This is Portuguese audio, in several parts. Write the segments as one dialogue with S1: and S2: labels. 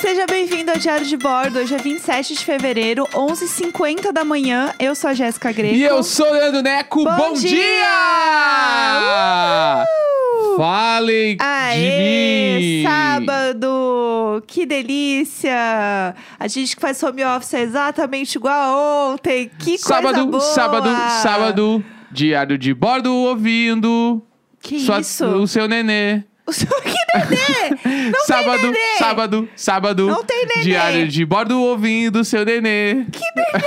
S1: Seja bem-vindo ao Diário de Bordo. Hoje é 27 de fevereiro, 11h50 da manhã. Eu sou a Jéssica Greco.
S2: E eu sou o Leandro Neco.
S1: Bom
S2: Bom,
S1: dia!
S2: dia!
S1: Uhul!
S2: Falem de
S1: Aê,
S2: mim!
S1: sábado! Que delícia! A gente que faz home office é exatamente igual a ontem. Que coisa
S2: Sábado,
S1: boa!
S2: sábado, sábado. Diário de bordo ouvindo.
S1: Que
S2: sua-
S1: isso?
S2: O seu nenê.
S1: O senhor que nenê! Não
S2: sábado,
S1: tem nenê!
S2: sábado, sábado.
S1: Não tem nenê!
S2: Diário de bordo ouvindo o seu nenê.
S1: Que nenê!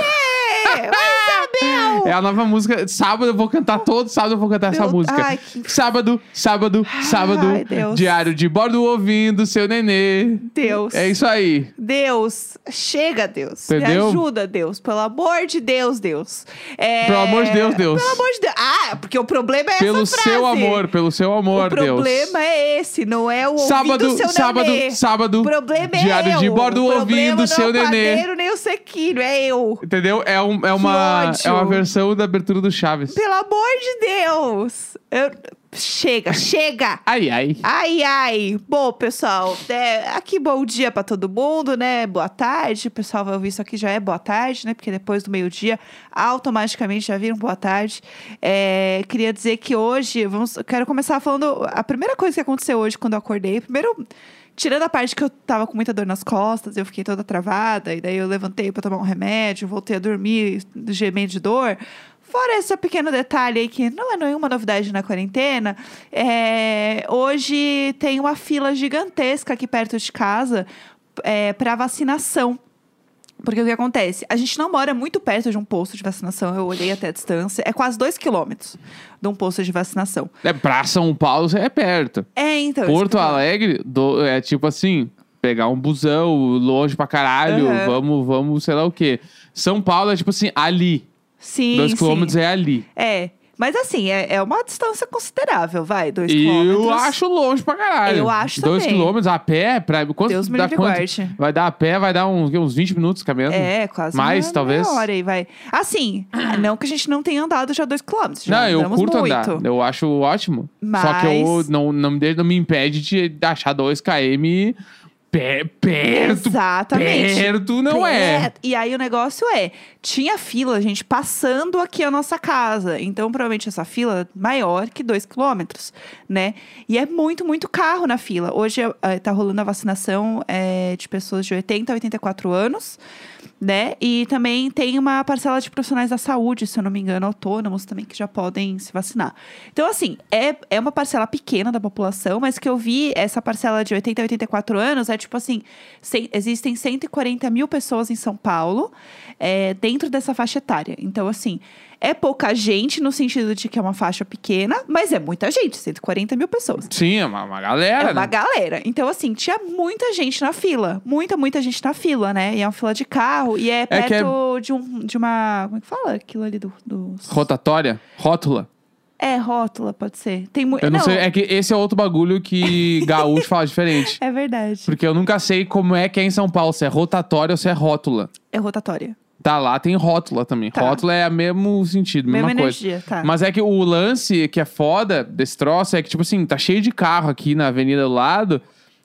S1: Ô, Isabel!
S2: É a nova música. Sábado eu vou cantar todo sábado, eu vou cantar essa
S1: Oh. Meu-
S2: música.
S1: Ai, que-
S2: Sábado, sábado, sábado.
S1: Ai, Deus.
S2: Diário de bordo ouvindo o seu nenê.
S1: Deus!
S2: É isso aí.
S1: Deus, chega, Deus.
S2: Entendeu?
S1: Me ajuda, Deus. Pelo amor de Deus, Deus. É,
S2: Pelo amor de Deus, Deus.
S1: Pelo amor de Deus. Ah, porque o problema é
S2: pelo
S1: essa frase.
S2: seu amor, pelo seu amor,
S1: O problema
S2: Deus.
S1: é esse, não é o ouvido
S2: sábado,
S1: do seu
S2: sábado,
S1: nenê.
S2: sábado.
S1: O problema é
S2: Diário
S1: eu.
S2: de bordo
S1: o problema
S2: ouvindo
S1: não
S2: o seu
S1: é o
S2: nenê.
S1: padeiro, nem o sequinho, é eu.
S2: Entendeu? É, um, é, uma,
S1: ódio.
S2: é uma versão da abertura do Chaves.
S1: Pelo amor de Deus. Eu- Chega, chega.
S2: Ai, ai.
S1: Ai, ai. Bom, pessoal, é, aqui bom dia pra todo mundo, né? Boa tarde. O pessoal vai ouvir isso aqui já é boa tarde, né? Porque depois do meio-dia, automaticamente já viram boa tarde. É, queria dizer que hoje, vamos, eu quero começar falando a primeira coisa que aconteceu hoje quando eu acordei. Primeiro, tirando a parte que eu tava com muita dor nas costas, eu fiquei toda travada, e daí eu levantei pra tomar um remédio, voltei a dormir, gemendo de dor. Fora esse pequeno detalhe aí que não é nenhuma novidade na quarentena, é, hoje tem uma fila gigantesca aqui perto de casa é, para vacinação. Porque o que acontece? A gente não mora muito perto de um posto de vacinação, eu olhei até a distância, é quase dois quilômetros de um posto de vacinação.
S2: É, pra São Paulo é perto.
S1: É, então. isso que
S2: Porto
S1: eu tô falando.
S2: Alegre do- é tipo assim: pegar um busão longe pra caralho,
S1: Aham.
S2: vamos, vamos, sei lá o quê. São Paulo é tipo assim, ali.
S1: Sim.
S2: Dois
S1: sim.
S2: quilômetros é ali.
S1: É. Mas assim, é, é uma distância considerável, vai, dois
S2: E
S1: quilômetros.
S2: eu acho longe pra caralho.
S1: Eu acho
S2: Dois
S1: também.
S2: quilômetros a pé, pra, quanto,
S1: Deus me
S2: dá
S1: livre e
S2: quanto?
S1: guarde.
S2: Vai dar a pé, vai dar uns, uns 20 minutos caminhando.
S1: É, quase.
S2: Mais,
S1: uma,
S2: talvez.
S1: Uma hora aí, vai. Assim, não que a gente não tenha andado já dois quilômetros. Já
S2: Não, eu
S1: andamos
S2: curto
S1: muito.
S2: andar. Eu acho ótimo. Só
S1: Mas-
S2: que eu não, não, me, deixa- não me impede de achar 2 km pe- perto.
S1: Exatamente.
S2: Perto não é.
S1: Perto. E aí o negócio é, tinha fila, gente, passando aqui a nossa casa. Então, provavelmente essa fila é maior que dois quilômetros, né? E é muito, muito carro na fila. Hoje eh, tá rolando a vacinação eh, de pessoas de 80 a 84 anos, né? E também tem uma parcela de profissionais da saúde, se eu não me engano, autônomos também, que já podem se vacinar. Então, assim, é, é uma parcela pequena da população, mas que eu vi essa parcela de 80 a 84 anos, é tipo assim, cem- existem 140 mil pessoas em São Paulo é, dentro dessa faixa etária. Então, assim, é pouca gente no sentido de que é uma faixa pequena, mas é muita gente, 140 mil pessoas.
S2: Sim, é uma, uma galera.
S1: É uma
S2: né?
S1: galera. Então, assim, tinha muita gente na fila. Muita, muita gente na fila, né? E é uma fila de carro. E é
S2: que é-
S1: perto De, um, de uma. Como é que fala aquilo ali do. dos-
S2: Rotatória? Rótula?
S1: É, rótula, pode ser. Tem muito.
S2: Eu não, sei. É que esse é outro bagulho que gaúcho fala diferente.
S1: É verdade.
S2: Porque eu nunca sei como é que é em São Paulo, se é rotatória ou se é rótula.
S1: É rotatória.
S2: Tá, lá tem rótula também.
S1: Tá.
S2: Rótula é o mesmo sentido, mesma,
S1: Mesma
S2: coisa.
S1: energia, tá.
S2: Mas é que o lance que é foda desse troço é que, tipo assim, tá cheio de carro aqui na avenida do lado.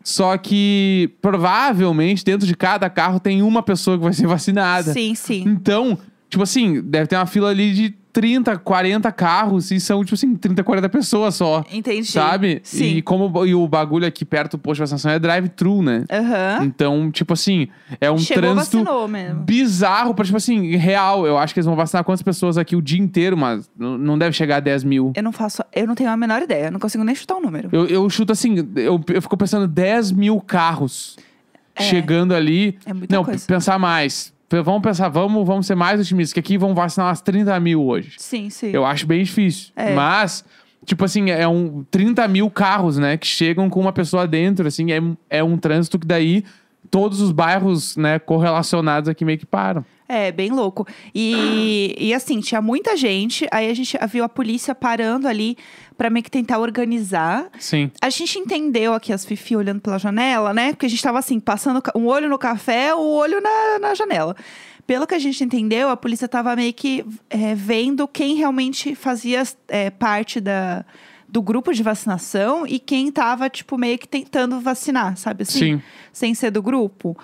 S2: Só que provavelmente dentro de cada carro tem uma pessoa que vai ser vacinada.
S1: Sim, sim.
S2: Então, tipo assim, deve ter uma fila ali de 30, 40 carros e são, tipo assim, 30, 40 pessoas só.
S1: Entendi.
S2: Sabe?
S1: Sim.
S2: E como e o bagulho aqui perto do posto de vacinação é drive-thru, né?
S1: Aham.
S2: Então, tipo assim, é um
S1: Chegou,
S2: trânsito
S1: vacinou mesmo.
S2: bizarro pra, tipo assim, real. Eu acho que eles vão vacinar quantas pessoas aqui o dia inteiro, mas n- não deve chegar a 10 mil.
S1: Eu não faço. Eu não tenho a menor ideia. Eu não consigo nem chutar um número.
S2: Eu, eu chuto assim, eu, eu fico pensando 10 mil carros chegando ali.
S1: É muita
S2: não,
S1: coisa.
S2: pensar mais. P- Vamos pensar, vamos, vamos ser mais otimistas, que aqui vão vacinar umas 30 mil hoje.
S1: Sim, sim.
S2: Eu acho bem difícil.
S1: É.
S2: Mas, tipo assim, é um 30 mil carros, né? Que chegam com uma pessoa dentro, assim, é, é um trânsito que daí todos os bairros, né, correlacionados aqui meio que param.
S1: É, bem louco. E, e assim, tinha muita gente. Aí a gente viu a polícia parando ali pra meio que tentar organizar.
S2: Sim.
S1: A gente entendeu aqui as Fifi olhando pela janela, né? Porque a gente tava assim, passando ca- um olho no café, o olho na, na janela. Pelo que a gente entendeu, a polícia tava meio que é, vendo quem realmente fazia é, parte da, do grupo de vacinação e quem tava, tipo, meio que tentando vacinar, sabe assim?
S2: Sim.
S1: Sem ser do grupo.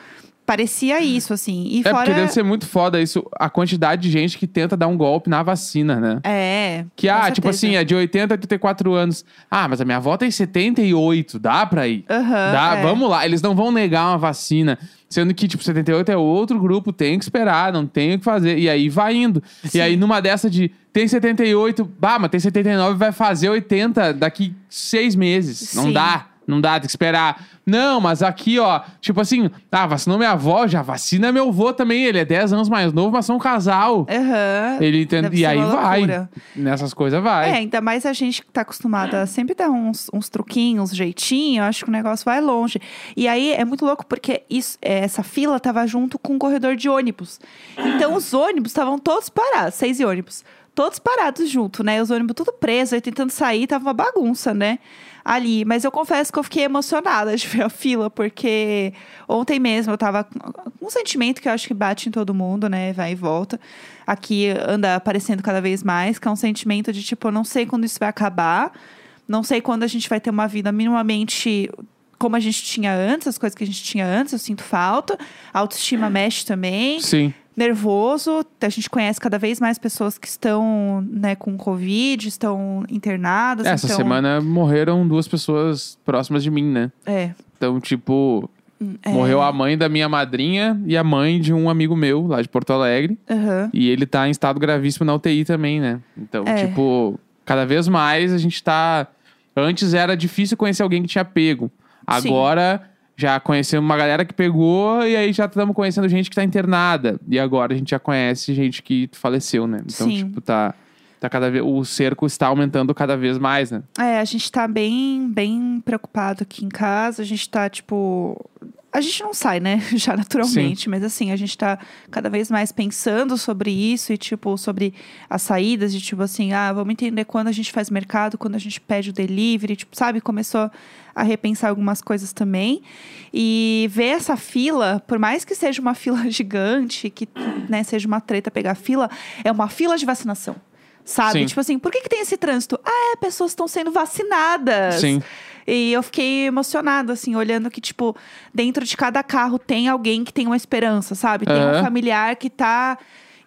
S1: Parecia isso, assim. E
S2: É porque
S1: fora.
S2: deve ser muito foda isso, a quantidade de gente que tenta dar um golpe na vacina, né?
S1: É.
S2: Que,
S1: com
S2: ah, tipo
S1: certeza.
S2: assim, é de 80 a 84 anos. Ah, mas a minha avó tem 78, dá pra ir.
S1: Aham,
S2: Dá,
S1: é.
S2: Vamos lá, eles não vão negar uma vacina. Sendo que, tipo, 78 é outro grupo, tem que esperar, não tem o que fazer. E aí vai indo. E aí numa dessa de tem 78, bah, mas tem 79, vai fazer 80 daqui seis meses. Não
S1: Sim.
S2: dá. Não dá, tem que esperar. Não, mas aqui, ó, tipo assim, ah, vacinou minha avó, já vacina meu avô também. Ele é 10 anos mais novo, mas são um casal.
S1: Aham.
S2: Ele entende.
S1: É, Deve
S2: E
S1: ser
S2: aí
S1: uma
S2: vai.
S1: loucura.
S2: Nessas coisas vai.
S1: É, ainda mais a gente que tá acostumada a sempre dar uns, uns truquinhos, uns jeitinho, eu acho que o negócio vai longe. E aí é muito louco porque isso- é, essa fila tava junto com o corredor de ônibus. Então os ônibus estavam todos parados, seis ônibus, todos parados junto, né? Os ônibus tudo preso, aí tentando sair, tava uma bagunça, né? Ali, mas eu confesso que eu fiquei emocionada de ver a fila, porque ontem mesmo eu tava com um sentimento que eu acho que bate em todo mundo, né? Vai e volta. Aqui anda aparecendo cada vez mais, que é um sentimento de tipo, eu não sei quando isso vai acabar, não sei quando a gente vai ter uma vida minimamente como a gente tinha antes, as coisas que a gente tinha antes, eu sinto falta. A autoestima mexe também
S2: Sim.
S1: nervoso. A gente conhece cada vez mais pessoas que estão né, com Covid, estão internadas.
S2: Essa
S1: então-
S2: semana morreram duas pessoas próximas de mim, né?
S1: É.
S2: Então, tipo, morreu a mãe da minha madrinha e a mãe de um amigo meu lá de Porto Alegre.
S1: Aham.
S2: E ele tá em estado gravíssimo na UTI também, né? Então,
S1: É.
S2: tipo, cada vez mais a gente tá. Antes era difícil conhecer alguém que tinha pego. Agora já conhecemos uma galera que pegou e aí já estamos conhecendo gente que tá internada. E agora a gente já conhece gente que faleceu, né? Então,
S1: Sim.
S2: tipo, tá. Tá cada vez, o cerco está aumentando cada vez mais, né?
S1: É, a gente tá bem, bem preocupado aqui em casa. A gente tá, tipo. A gente não sai, né? Já naturalmente, mas assim, a gente tá cada vez mais pensando sobre isso e, tipo, sobre as saídas de tipo assim, ah, vamos entender quando a gente faz mercado, quando a gente pede o delivery, tipo, sabe? Começou a repensar algumas coisas também. E ver essa fila, por mais que seja uma fila gigante, que né, seja uma treta pegar fila, é uma fila de vacinação. Sabe?
S2: Sim.
S1: Tipo assim, por que, que tem esse trânsito? Ah, é, pessoas estão sendo vacinadas.
S2: Sim.
S1: E eu fiquei emocionada, assim, olhando que, tipo, dentro de cada carro tem alguém que tem uma esperança, sabe? Tem
S2: Aham.
S1: um familiar que tá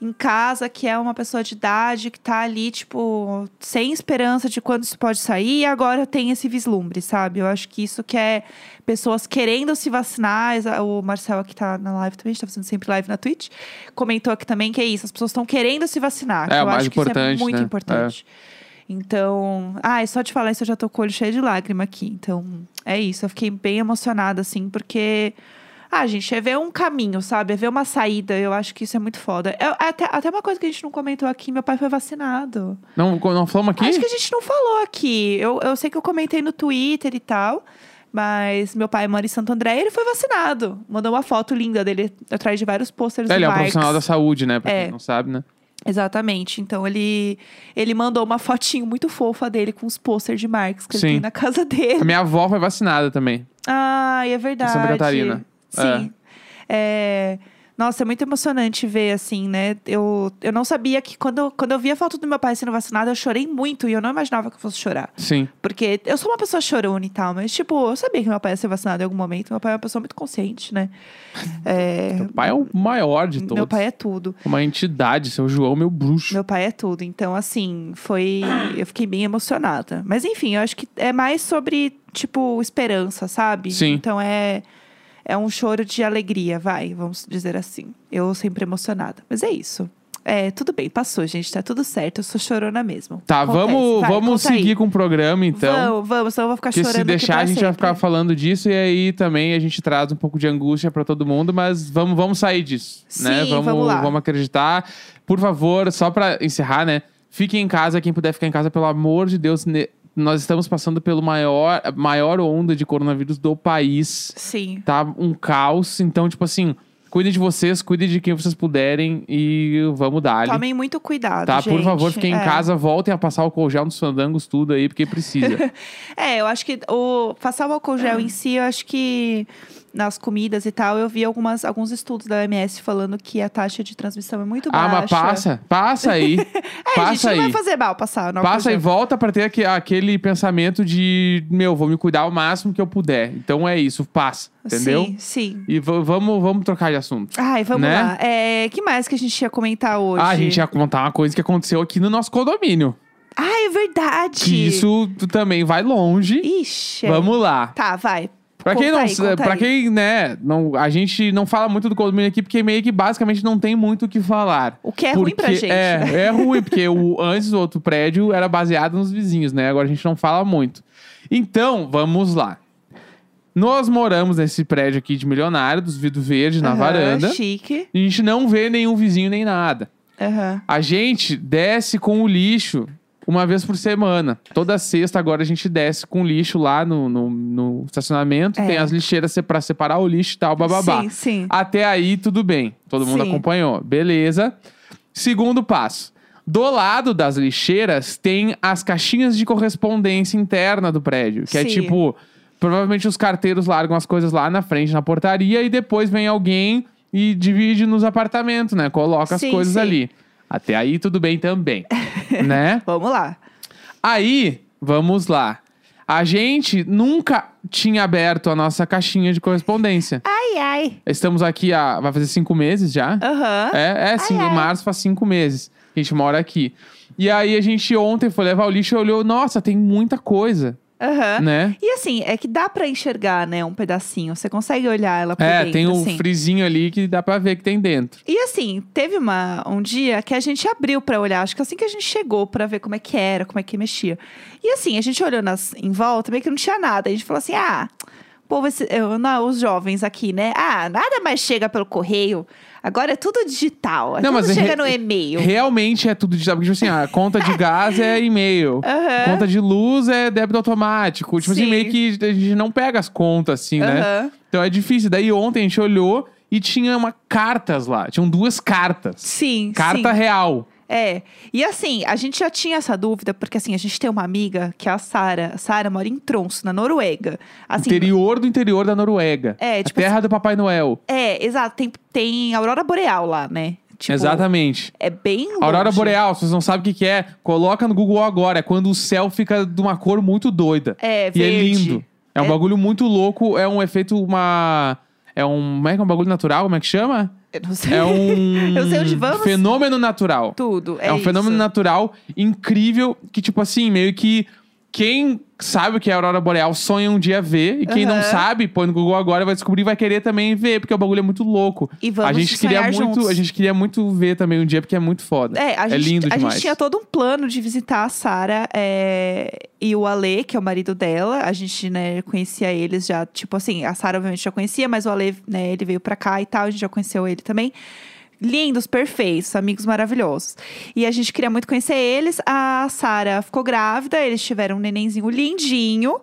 S1: em casa, que é uma pessoa de idade, que tá ali, tipo, sem esperança de quando isso pode sair, e agora tem esse vislumbre, sabe? Eu acho que isso que é pessoas querendo se vacinar. exa- O Marcel aqui tá na live também, a gente tá fazendo sempre live na Twitch, comentou aqui também que é isso, as pessoas estão querendo se vacinar. que
S2: É,
S1: eu
S2: o mais
S1: acho que
S2: importante,
S1: isso é muito
S2: né?
S1: importante. Então, ai, só de falar isso eu já tô com o olho cheio de lágrima aqui. Então, é isso. Eu fiquei bem emocionada, assim, porque. Ah, gente, é ver um caminho, sabe? É ver uma saída. Eu acho que isso é muito foda. É, até, até uma coisa que a gente não comentou aqui: meu pai foi vacinado.
S2: Não, não falamos aqui?
S1: Acho que a gente não falou aqui. Eu, eu sei que eu comentei no Twitter e tal. Mas meu pai mora em Santo André e ele foi vacinado. Mandou uma foto linda dele atrás de vários pôsteres
S2: É,
S1: do
S2: ele é um
S1: Marx.
S2: profissional da saúde, né? Pra
S1: É.
S2: quem não sabe, né?
S1: Exatamente. Então ele ele mandou uma fotinho muito fofa dele com os posters de Marx que
S2: Sim.
S1: ele tem na casa
S2: A
S1: dele.
S2: minha avó foi vacinada também.
S1: Ai, é verdade.
S2: Catarina.
S1: Sim. É. Nossa, é muito emocionante ver, assim, né? Eu, eu não sabia que quando, quando eu vi a foto do meu pai sendo vacinado, eu chorei muito e eu não imaginava que eu fosse chorar.
S2: Sim.
S1: Porque eu sou uma pessoa chorona e tal, mas, tipo, eu sabia que meu pai ia ser vacinado em algum momento. Meu pai é uma pessoa muito consciente, né? É,
S2: Meu pai é o maior de todos.
S1: meu pai é tudo.
S2: Uma entidade, seu João, meu bruxo.
S1: Meu pai é tudo. Então, assim, foi. Eu fiquei bem emocionada. Mas, enfim, eu acho que é mais sobre, tipo, esperança, sabe?
S2: Sim.
S1: Então é. É um choro de alegria, vai, vamos dizer assim. Eu sempre emocionada. Mas é isso. É, tudo bem, passou, gente, tá tudo certo. Eu sou chorona mesmo.
S2: Tá,
S1: Acontece.
S2: vamos,
S1: Vai,
S2: vamos
S1: conta aí.
S2: seguir com o programa, então.
S1: vamos, vamos, senão eu vou ficar
S2: que
S1: chorando.
S2: se
S1: aqui
S2: deixar,
S1: pra
S2: a gente vai
S1: sempre.
S2: ficar falando disso e aí também a gente traz um pouco de angústia pra todo mundo, mas vamos, vamos sair disso, né?
S1: Sim, vamos lá.
S2: vamos acreditar. Por favor, só pra encerrar, né? Fiquem em casa, quem puder ficar em casa, pelo amor de Deus, ne- nós estamos passando pelo maior maior onda de coronavírus do país.
S1: Sim.
S2: Tá um caos, então tipo assim, cuidem de vocês, cuidem de quem vocês puderem e vamos dar.
S1: Tomem muito cuidado.
S2: Tá, por
S1: gente.
S2: favor, fiquem em
S1: É.
S2: casa, voltem a passar o gel nos fandangos, tudo aí, porque precisa.
S1: É, eu acho que o passar o álcool gel em si, eu acho que nas comidas e tal, eu vi algumas, alguns estudos da OMS falando que a taxa de transmissão é muito
S2: Ah,
S1: baixa.
S2: mas passa. Passa aí.
S1: É, gente,
S2: passa
S1: não vai
S2: aí.
S1: fazer mal passar. Não
S2: Passa e
S1: acredito.
S2: volta pra ter aque- aquele pensamento de, meu, vou me cuidar o máximo que eu puder. Então é isso, passa, entendeu?
S1: Sim, sim.
S2: E va- vamos, vamos trocar de assunto.
S1: Ai, vamos
S2: Né?
S1: lá. É, que mais que a gente ia comentar hoje?
S2: Ah, a gente ia contar uma coisa que aconteceu aqui no nosso condomínio.
S1: Ah, é verdade!
S2: Que isso tu também vai longe.
S1: Ixi. é.
S2: Vamos lá.
S1: Tá, vai.
S2: Pra quem
S1: Conta
S2: não,
S1: aí, conta
S2: pra
S1: aí.
S2: quem, né, não, a gente não fala muito do condomínio aqui porque meio que basicamente não tem muito o que falar.
S1: O que é ruim pra
S2: Porque-
S1: gente. né?
S2: É, é ruim, porque o, antes o outro prédio era baseado nos vizinhos, né? Agora a gente não fala muito. Então, vamos lá. Nós moramos nesse prédio aqui de milionário, dos vidros verdes, na
S1: Aham,
S2: varanda.
S1: Chique.
S2: E a gente não vê nenhum vizinho nem nada.
S1: Aham.
S2: A gente desce com o lixo uma vez por semana. Toda sexta agora a gente desce com o lixo lá no, no- no estacionamento.
S1: É.
S2: Tem as lixeiras se- pra separar o lixo e tal, bababá.
S1: Sim, sim.
S2: Até aí, tudo bem. Todo mundo
S1: Sim.
S2: acompanhou. Beleza. Segundo passo. Do lado das lixeiras tem as caixinhas de correspondência interna do prédio. Que é
S1: Sim.
S2: tipo, provavelmente os carteiros largam as coisas lá na frente, na portaria, e depois vem alguém e divide nos apartamentos, né? Coloca
S1: Sim,
S2: as coisas
S1: sim.
S2: ali. Até aí, tudo bem também. né?
S1: Vamos lá.
S2: Aí, vamos lá. A gente nunca tinha aberto a nossa caixinha de correspondência.
S1: Ai, ai.
S2: Estamos aqui há. Vai fazer cinco meses já?
S1: Aham.
S2: É, é sim,
S1: Ai,
S2: em
S1: ai.
S2: março faz cinco meses que a gente mora aqui. E aí a gente ontem foi levar o lixo e olhou, nossa, tem muita coisa,
S1: Aham.
S2: né?
S1: E assim, é que dá pra enxergar, né, um pedacinho. Você consegue olhar ela por
S2: É,
S1: dentro,
S2: tem um
S1: assim.
S2: frizinho ali que dá pra ver que tem dentro.
S1: E assim, teve uma, um dia que a gente abriu pra olhar, acho que assim que a gente chegou pra ver como é que era, como é que mexia. E assim, a gente olhou nas, em volta, meio que não tinha nada. A gente falou assim: ah, povo, esse, eu- não, os jovens aqui, né? Ah, nada mais chega pelo correio. Agora é tudo digital. É
S2: Não,
S1: tudo
S2: mas é
S1: chega
S2: re-
S1: no e-mail.
S2: Realmente é tudo digital, porque tipo assim, a conta de gás é e-mail.
S1: Aham.
S2: Conta de luz é débito automático. Tipo
S1: Sim.
S2: assim, meio que a gente não pega as contas, assim, né?
S1: Aham.
S2: Então é difícil. Daí ontem a gente olhou e tinha uma cartas lá. Tinham duas cartas.
S1: Sim, sim.
S2: Carta real.
S1: É. E assim, a gente já tinha essa dúvida, porque assim, a gente tem uma amiga que é a Sara. A Sara mora em Tronso, na Noruega. Assim,
S2: interior do interior da Noruega.
S1: É,
S2: a
S1: tipo
S2: terra do Papai Noel.
S1: É, exato. Tem, tem Aurora Boreal lá, né? Tipo,
S2: Exatamente.
S1: É bem longe.
S2: Aurora Boreal, se vocês não sabem o que, que é, coloca no Google agora. É quando o céu fica de uma cor muito doida.
S1: É,
S2: e é
S1: verde.
S2: lindo. É um
S1: É.
S2: bagulho muito louco. É um efeito, uma. É um. Como é que é um bagulho natural? Como é que chama?
S1: Eu não sei.
S2: É um.
S1: Eu sei onde vamos.
S2: Fenômeno natural.
S1: Tudo. É,
S2: É, um fenômeno natural incrível que, tipo assim, meio que quem sabe o que é Aurora Boreal sonha um dia ver. E quem não
S1: Aham.
S2: sabe, põe no Google agora, vai descobrir e vai querer também ver, porque o bagulho é muito louco.
S1: E vamos
S2: a gente
S1: sonhar
S2: queria muito,
S1: juntos.
S2: A gente queria muito ver também um dia, porque é muito foda.
S1: É, a gente,
S2: lindo
S1: a
S2: demais.
S1: gente tinha todo um plano de visitar a Sara é, e o Ale, que é o marido dela. A gente, né, conhecia eles já, tipo assim, a Sara obviamente já conhecia, mas o Ale, né, ele veio pra cá e tal, a gente já conheceu ele também. Lindos, perfeitos, amigos maravilhosos. E a gente queria muito conhecer eles. A Sara ficou grávida, eles tiveram um nenenzinho lindinho.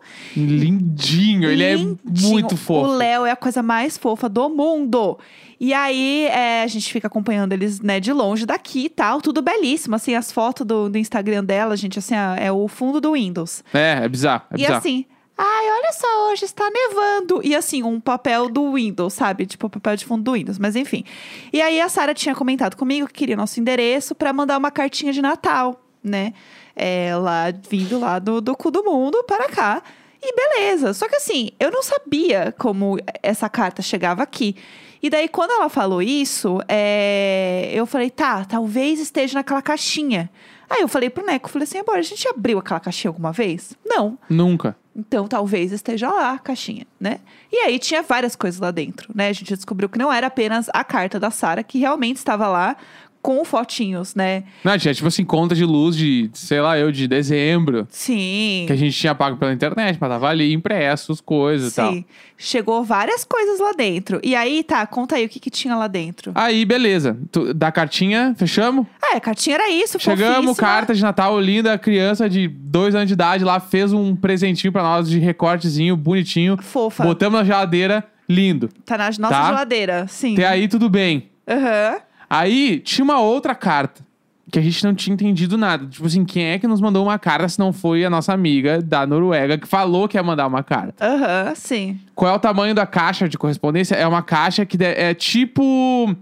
S2: Lindinho, ele é
S1: Lindinho.
S2: muito
S1: O
S2: fofo.
S1: Léo é a coisa mais fofa do mundo. E aí, é, a gente fica acompanhando eles, né, de longe daqui e tal. Tudo belíssimo, assim, as fotos do, do Instagram dela, gente, assim, a- é o fundo do Windows.
S2: É, é bizarro. É
S1: e
S2: bizarro.
S1: assim, ai, olha só, hoje está nevando. E assim, um papel do Windows, sabe? Tipo, o papel de fundo do Windows, mas enfim. E aí, a Sara tinha comentado comigo que queria nosso endereço para mandar uma cartinha de Natal, né? É, lá, vindo lá do, do cu do mundo para cá. E beleza. Só que assim, eu não sabia como essa carta chegava aqui. E daí, quando ela falou isso, é, eu falei, tá, talvez esteja naquela caixinha. Aí eu falei pro Neco, falei assim, amor, a gente abriu aquela caixinha alguma vez? Não.
S2: Nunca.
S1: Então talvez esteja lá a caixinha, né? E aí tinha várias coisas lá dentro, né? A gente descobriu que não era apenas a carta da Sara, que realmente estava lá com fotinhos, né?
S2: Não, tinha tipo assim, conta de luz de, sei lá, eu, de dezembro.
S1: Sim.
S2: Que a gente tinha pago pela internet, mas tava ali impresso, as coisas e tal.
S1: Sim. Chegou várias coisas lá dentro. E aí, tá, conta aí o que, que tinha lá dentro.
S2: Aí, beleza. Tu- da cartinha, fechamos?
S1: Ah, a cartinha era isso, né?
S2: Chegamos,
S1: fofíssima.
S2: carta de Natal linda, a criança de dois anos de idade lá fez um presentinho pra nós de recortezinho, bonitinho.
S1: Fofa.
S2: Botamos na geladeira, lindo.
S1: Tá na nossa
S2: Tá.
S1: geladeira, sim.
S2: Até aí tudo bem.
S1: Aham.
S2: Aí tinha uma outra carta que a gente não tinha entendido nada. Tipo assim, quem é que nos mandou uma cara se não foi a nossa amiga da Noruega que falou que ia mandar uma cara?
S1: Aham, sim.
S2: Qual é o tamanho da caixa de correspondência? É uma caixa que de- é tipo.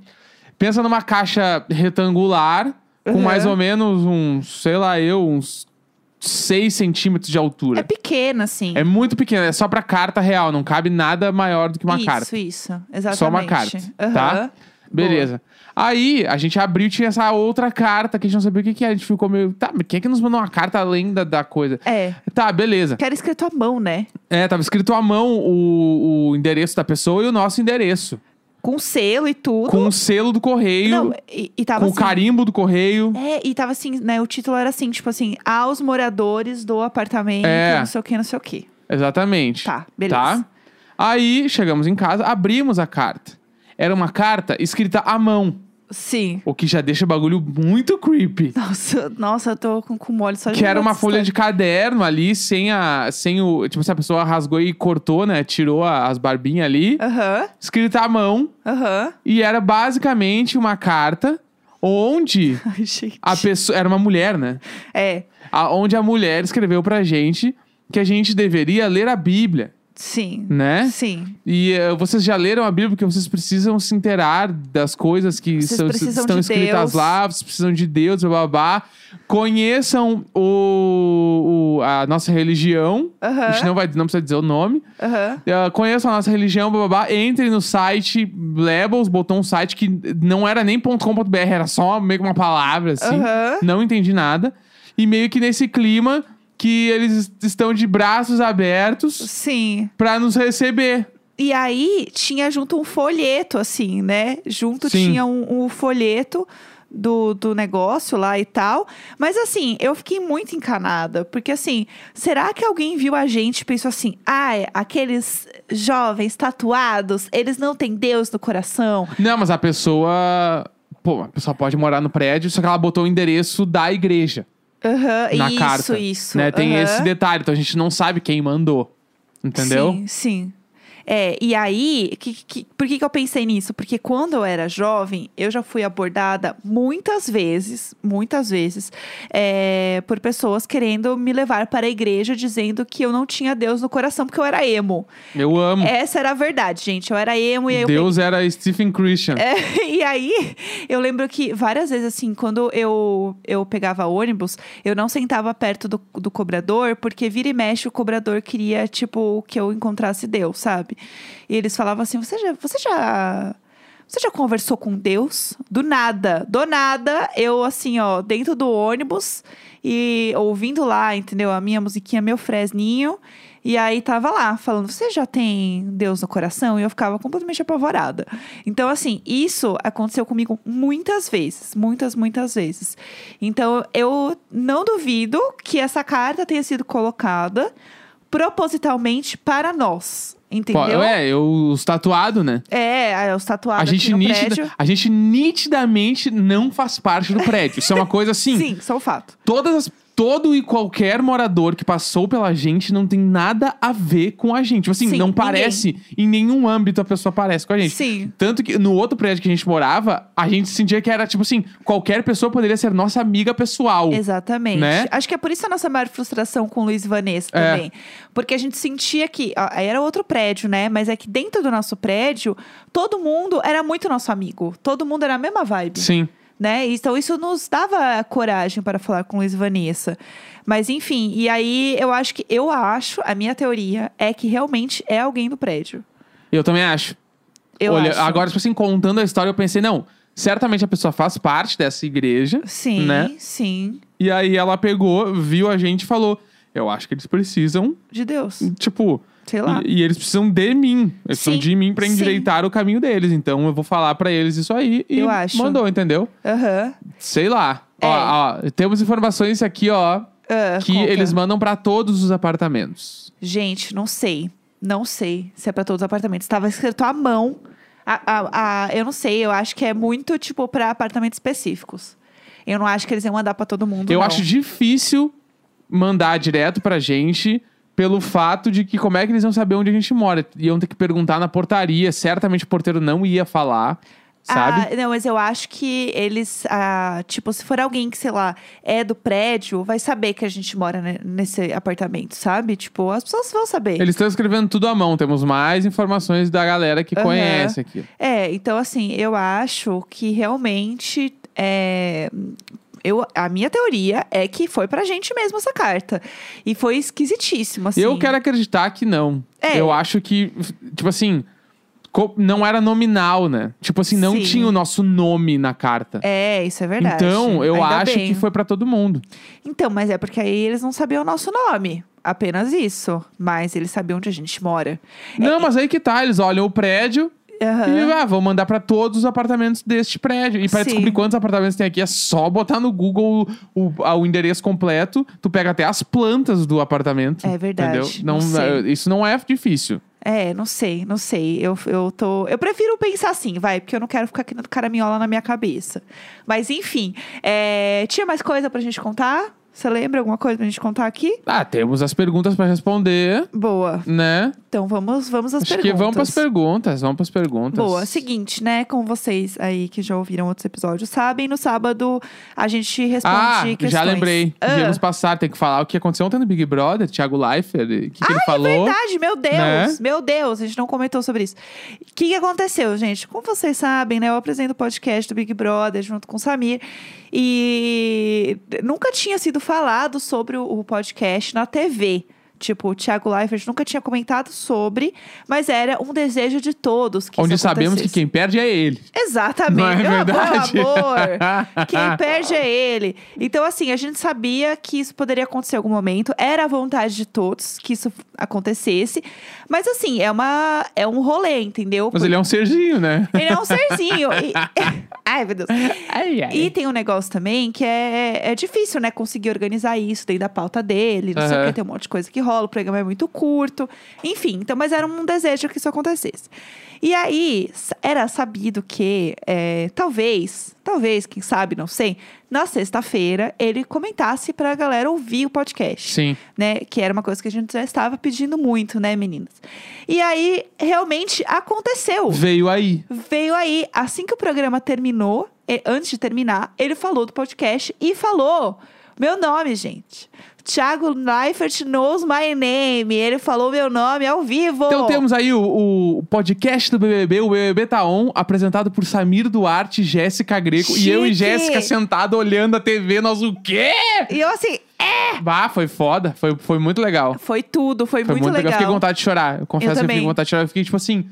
S2: Pensa numa caixa retangular, com
S1: Uhum.
S2: mais ou menos uns, sei lá eu, uns 6 centímetros de altura.
S1: É pequena, assim.
S2: É muito pequena, é só pra carta real, não cabe nada maior do que uma
S1: isso,
S2: carta.
S1: isso. Exatamente.
S2: Só uma carta, tá?
S1: Aham.
S2: Beleza. Aí, a gente abriu e tinha essa outra carta que a gente não sabia o que que era. A gente ficou meio. Tá, mas quem é que nos mandou uma carta além da, da coisa?
S1: É.
S2: Tá, beleza.
S1: Que era escrito à mão, né?
S2: É, tava escrito à mão o, o endereço da pessoa e o nosso endereço.
S1: Com selo e tudo.
S2: Com o selo do correio,
S1: Não, e, e
S2: com
S1: tava
S2: o
S1: assim.
S2: carimbo do correio.
S1: É, e tava assim, né? O título era assim, tipo assim, aos moradores do apartamento,
S2: É.
S1: não sei o que, não sei o que.
S2: Exatamente.
S1: Tá, beleza.
S2: Tá? Aí, chegamos em casa, abrimos a carta. Era uma carta escrita à mão,
S1: Sim.
S2: o que já deixa o bagulho muito creepy.
S1: Nossa, nossa, eu tô com, com mole só de
S2: Que era
S1: lembrar
S2: uma
S1: dessa
S2: folha
S1: história.
S2: de caderno ali, sem a. Sem o. Tipo, se a pessoa rasgou e cortou, né? Tirou a- as barbinhas ali.
S1: Aham,
S2: Escrita à mão.
S1: aham.
S2: E era basicamente uma carta onde
S1: Ai, gente.
S2: a pessoa. Era uma mulher, né?
S1: É,
S2: A, onde a mulher escreveu pra gente que a gente deveria ler a Bíblia,
S1: sim.
S2: né?
S1: Sim.
S2: E eh, vocês já leram a Bíblia porque vocês precisam se inteirar das coisas que
S1: Vocês
S2: são-
S1: precisam
S2: estão
S1: de
S2: escritas
S1: Deus.
S2: lá, vocês precisam de Deus, babá. Conheçam o, o- a nossa religião. A gente
S1: Aham,
S2: não, vai, não precisa dizer o nome.
S1: aham.
S2: Eh, conheçam a nossa religião, babá. Entrem no site Levels, botou um site que não era nem .com.br, era só meio que uma palavra, assim.
S1: Aham.
S2: Não entendi nada. E meio que nesse clima que eles est- estão de braços abertos
S1: Sim.
S2: pra nos receber.
S1: E aí tinha junto um folheto, assim, né? Junto
S2: Sim.
S1: tinha um, um folheto do, do negócio lá e tal. Mas assim, eu fiquei muito encanada. Porque assim, será que alguém viu a gente e pensou assim: ah, é, aqueles jovens tatuados, eles não têm Deus no coração?
S2: Não, mas a pessoa. Pô, a pessoa pode morar no prédio, só que ela botou o endereço da igreja
S1: Aham,
S2: na
S1: isso,
S2: carta.
S1: isso.
S2: né? Tem
S1: aham.
S2: esse detalhe, então a gente não sabe quem mandou. Entendeu?
S1: Sim, sim. É, e aí, que, que- por que, que eu pensei nisso? Porque quando eu era jovem, eu já fui abordada muitas vezes, muitas vezes, é, por pessoas querendo me levar para a igreja dizendo que eu não tinha Deus no coração, porque eu era emo.
S2: Eu amo.
S1: Essa era a verdade, gente. Eu era emo É, e aí eu
S2: Deus era Stephen Christian.
S1: é, e aí, eu lembro que várias vezes, assim, quando eu, eu pegava ônibus, eu não sentava perto do, do cobrador, porque vira e mexe o cobrador queria, tipo, que eu encontrasse Deus, sabe? E eles falavam assim: você já. Você já... Você já conversou com Deus? Do nada, do nada, eu assim, ó, dentro do ônibus e ouvindo lá, entendeu? A minha musiquinha, meu fresninho. E aí tava lá, falando, você já tem Deus no coração? E eu ficava completamente apavorada. Então, assim, isso aconteceu comigo muitas vezes, muitas, muitas vezes. Então, eu não duvido que essa carta tenha sido colocada propositalmente para nós,
S2: Pô,
S1: entendeu?
S2: é, eu, os tatuados, né?
S1: É, aí os tatuados
S2: A gente,
S1: aqui no
S2: nitida-
S1: prédio.
S2: a gente nitidamente não faz parte do prédio. Isso é uma coisa assim.
S1: Sim, só o fato.
S2: Todas as- todo e qualquer morador que passou pela gente não tem nada a ver com a gente. Tipo Assim,
S1: Sim,
S2: não
S1: ninguém.
S2: parece, em nenhum âmbito a pessoa parece com a gente.
S1: Sim.
S2: Tanto que no outro prédio que a gente morava, a gente sentia que era tipo assim: qualquer pessoa poderia ser nossa amiga pessoal.
S1: Exatamente.
S2: Né?
S1: Acho que é por isso a nossa maior frustração com o Luiz e Vanessa
S2: É.
S1: também. Porque a gente sentia que. ó, Aí era outro prédio, né? Mas é que dentro do nosso prédio, todo mundo era muito nosso amigo. Todo mundo era a mesma vibe.
S2: Sim.
S1: né? Então isso nos dava coragem para falar com Luiz e Vanessa. Mas enfim, e aí eu acho que eu acho, a minha teoria é que realmente é alguém do prédio.
S2: Eu também acho.
S1: Eu
S2: Olha,
S1: acho.
S2: agora, tipo assim, contando a história, eu pensei: não, certamente a pessoa faz parte dessa igreja.
S1: sim,
S2: né?
S1: sim,
S2: E aí ela pegou, viu a gente e falou: eu acho que eles precisam,
S1: de Deus,
S2: tipo.
S1: sei lá.
S2: E, e eles precisam de mim. Eles precisam
S1: Sim,
S2: de mim pra
S1: sim.
S2: endireitar o caminho deles. Então eu vou falar pra eles isso aí e
S1: Eu acho. É.
S2: mandou, entendeu?
S1: Aham.
S2: Sei lá. Ó, ó, temos informações aqui, ó,
S1: Ah,
S2: que
S1: conta.
S2: eles mandam pra todos os apartamentos.
S1: Gente, não sei. Não sei se é pra todos os apartamentos. Tava escrito à mão. A, a- a- eu não sei, eu acho que é muito, tipo, pra apartamentos específicos. Eu não acho que eles iam mandar pra todo mundo.
S2: Eu
S1: não.
S2: acho difícil mandar direto pra gente pelo fato de que como é que eles iam saber onde a gente mora? Iam ter que perguntar na portaria, certamente o porteiro não ia falar. sabe?
S1: Ah, não, mas eu acho que eles, ah, tipo, se for alguém que, sei lá, é do prédio, vai saber que a gente mora ne- nesse apartamento, sabe? Tipo, as pessoas vão saber.
S2: Eles estão escrevendo tudo à mão. Temos mais informações da galera que
S1: Aham.
S2: conhece aqui.
S1: É, então assim, eu acho que realmente é, eu, a minha teoria é que foi pra gente mesmo essa carta. E foi esquisitíssimo, assim.
S2: Eu quero acreditar que não.
S1: É.
S2: Eu acho que, tipo assim, co- não era nominal, né? Tipo assim, não
S1: Sim.
S2: tinha o nosso nome na carta.
S1: É, isso é verdade.
S2: Então, eu
S1: Ainda
S2: acho
S1: bem.
S2: que foi pra todo mundo.
S1: Então, mas é porque aí eles não sabiam o nosso nome. Apenas isso. Mas eles sabiam onde a gente mora.
S2: Não, mas aí que tá, eles olham o prédio
S1: É, Aham.
S2: e ah, vão mandar pra todos os apartamentos deste prédio. E pra
S1: Sim.
S2: descobrir quantos apartamentos tem aqui, é só botar no Google o, o- a- o endereço completo. Tu pega até as plantas do apartamento.
S1: É verdade,
S2: Entendeu?
S1: não sei.
S2: isso não é difícil.
S1: É, não sei, não sei. Eu, eu tô. Eu prefiro pensar assim, vai, porque eu não quero ficar criando caraminhola na minha cabeça. Mas enfim, é, tinha mais coisa pra gente contar? Você lembra alguma coisa pra gente contar aqui?
S2: Ah, temos as perguntas pra responder,
S1: Boa.
S2: né?
S1: Então vamos, vamos às
S2: Acho
S1: perguntas.
S2: que vamos pras perguntas, vamos pras perguntas. Ah,
S1: Boa, seguinte, né? Como vocês aí que já ouviram outros episódios sabem, no sábado a gente responde
S2: Ah,
S1: questões.
S2: já lembrei.
S1: Ah,
S2: Viemos passar, tem que falar o que aconteceu ontem no Big Brother, Thiago Leifert, o que, que ele falou.
S1: Ah, é Verdade, meu Deus,
S2: Né?
S1: meu Deus, a gente não comentou sobre isso. O que, que aconteceu, gente? Como vocês sabem, né? Eu apresento o podcast do Big Brother junto com o Samir. E nunca tinha sido falado sobre o- o podcast na TV. Tipo, o Thiago Leifert nunca tinha comentado sobre, mas era um desejo de todos que
S2: Onde
S1: isso
S2: sabemos que
S1: acontecesse.
S2: quem perde é ele.
S1: Exatamente. um
S2: Não
S1: Meu
S2: é verdade?
S1: Meu amor. Quem perde é ele. Então, assim, a gente sabia que isso poderia acontecer em algum momento. Era a vontade de todos que isso acontecesse. Mas, assim, é, uma, é um rolê, entendeu?
S2: Mas ele é um serginho, né?
S1: Ele é um serzinho. E- Ai, meu Deus.
S2: Ai, ai.
S1: E tem um negócio também que é, é difícil, né? Conseguir organizar isso dentro da pauta dele, não sei o
S2: Aham.
S1: que, tem um monte de coisa que rola, o programa é muito curto. Enfim, então, mas era um desejo que isso acontecesse. E aí, s- era sabido que, é, talvez, talvez, quem sabe, não sei, na sexta-feira ele comentasse pra galera ouvir o podcast
S2: Sim.
S1: né? Que era uma coisa que a gente já estava pedindo muito, né, meninas? E aí, realmente aconteceu.
S2: Veio aí.
S1: Veio aí, assim que o programa terminou, e- antes de terminar, ele falou do podcast e falou meu nome, gente. Thiago Neifert knows my name. Ele falou meu nome ao vivo.
S2: Então temos aí o, o podcast do BBB, o BBB Tá On, apresentado por Samir Duarte, Jéssica Greco e eu e
S1: Chique.
S2: Jéssica sentado olhando a TV, nós o quê?
S1: E eu assim, é,
S2: Bah, foi foda, foi, foi muito legal.
S1: foi tudo, foi,
S2: Foi muito, legal. Eu fiquei com vontade de chorar. Eu confesso que eu fiquei
S1: também.
S2: com vontade de chorar. Eu fiquei tipo assim.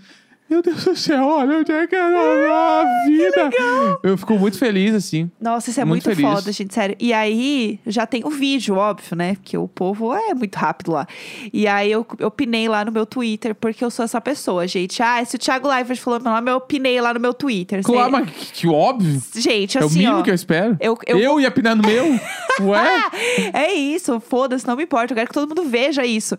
S2: Meu Deus do céu, olha onde é que era a vida. Eu fico muito feliz, assim.
S1: Nossa, isso é
S2: Muito
S1: muito,
S2: feliz.
S1: foda, gente, sério. E aí, já tem o vídeo, óbvio, né? Porque o povo é muito rápido lá. E aí, eu eu opinei lá no meu Twitter, porque eu sou essa pessoa, gente. Ah, se o Thiago Leifert falou meu nome, eu opinei lá no meu Twitter.
S2: Claro, mas é que, que óbvio.
S1: Sei- Gente,
S2: é o
S1: assim,
S2: mínimo
S1: ó.
S2: que eu espero.
S1: eu-
S2: eu...
S1: eu-
S2: ia pinar no meu? Ué?
S1: É isso, foda-se, não me importa. Eu quero que todo mundo veja isso.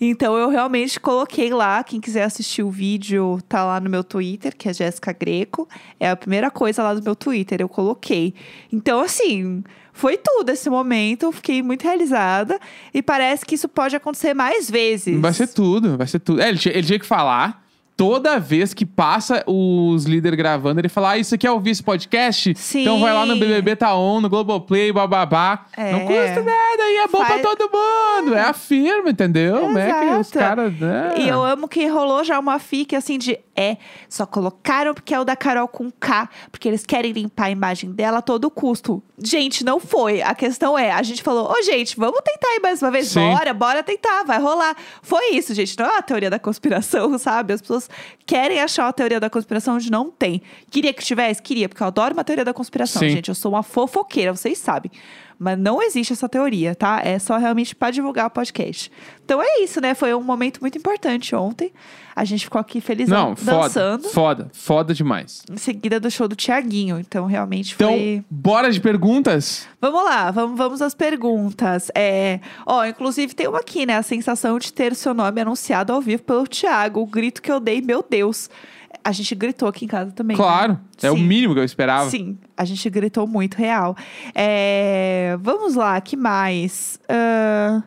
S1: Então eu realmente coloquei lá. Quem quiser assistir o vídeo, tá lá no meu Twitter, que é Jéssica Greco. É a primeira coisa lá do meu Twitter, eu coloquei. Então, assim, foi tudo esse momento. Eu fiquei muito realizada. E parece que isso pode acontecer mais vezes.
S2: Vai ser tudo, vai ser tudo. É, ele, tinha, ele tinha que falar. Toda vez que passa os líderes gravando, ele fala: ah, isso aqui é ouvir esse podcast?
S1: Sim.
S2: Então vai lá no BBB Tá On, no Globoplay, bababá.
S1: É.
S2: Não custa nada e é bom
S1: Faz-
S2: pra todo mundo. É a firma, entendeu? Como é que os
S1: Exato.
S2: caras. né?
S1: E eu amo que rolou já uma fic assim de é, só colocaram porque é o da Carol com K, porque eles querem limpar a imagem dela a todo custo. Gente, não foi. A questão é, a gente falou, ô gente, vamos tentar aí mais uma vez,
S2: Sim.
S1: bora, bora tentar, vai rolar. Foi isso, gente. Não é uma teoria da conspiração, sabe? As pessoas querem achar uma teoria da conspiração onde não tem. Queria que tivesse? Queria, porque eu adoro uma teoria da conspiração,
S2: Sim.
S1: gente. Eu sou uma fofoqueira, vocês sabem. Mas não existe essa teoria, tá? É só realmente pra divulgar o podcast. Então é isso, né? Foi um momento muito importante ontem. A gente ficou aqui feliz
S2: Não, foda,
S1: dançando.
S2: foda, foda demais.
S1: Em seguida do show do Tiaguinho. Então realmente
S2: Então,
S1: foi.
S2: bora de perguntas?
S1: Vamos lá, vamos, vamos às perguntas. É, ó, inclusive tem uma aqui, né? A sensação de ter o seu nome anunciado ao vivo pelo Thiago. O grito que eu dei, meu Deus. A gente gritou aqui em casa também. né?
S2: Claro, é o
S1: Sim.
S2: mínimo que eu esperava.
S1: Sim, a gente gritou muito real. É, vamos lá, que mais? Ahn,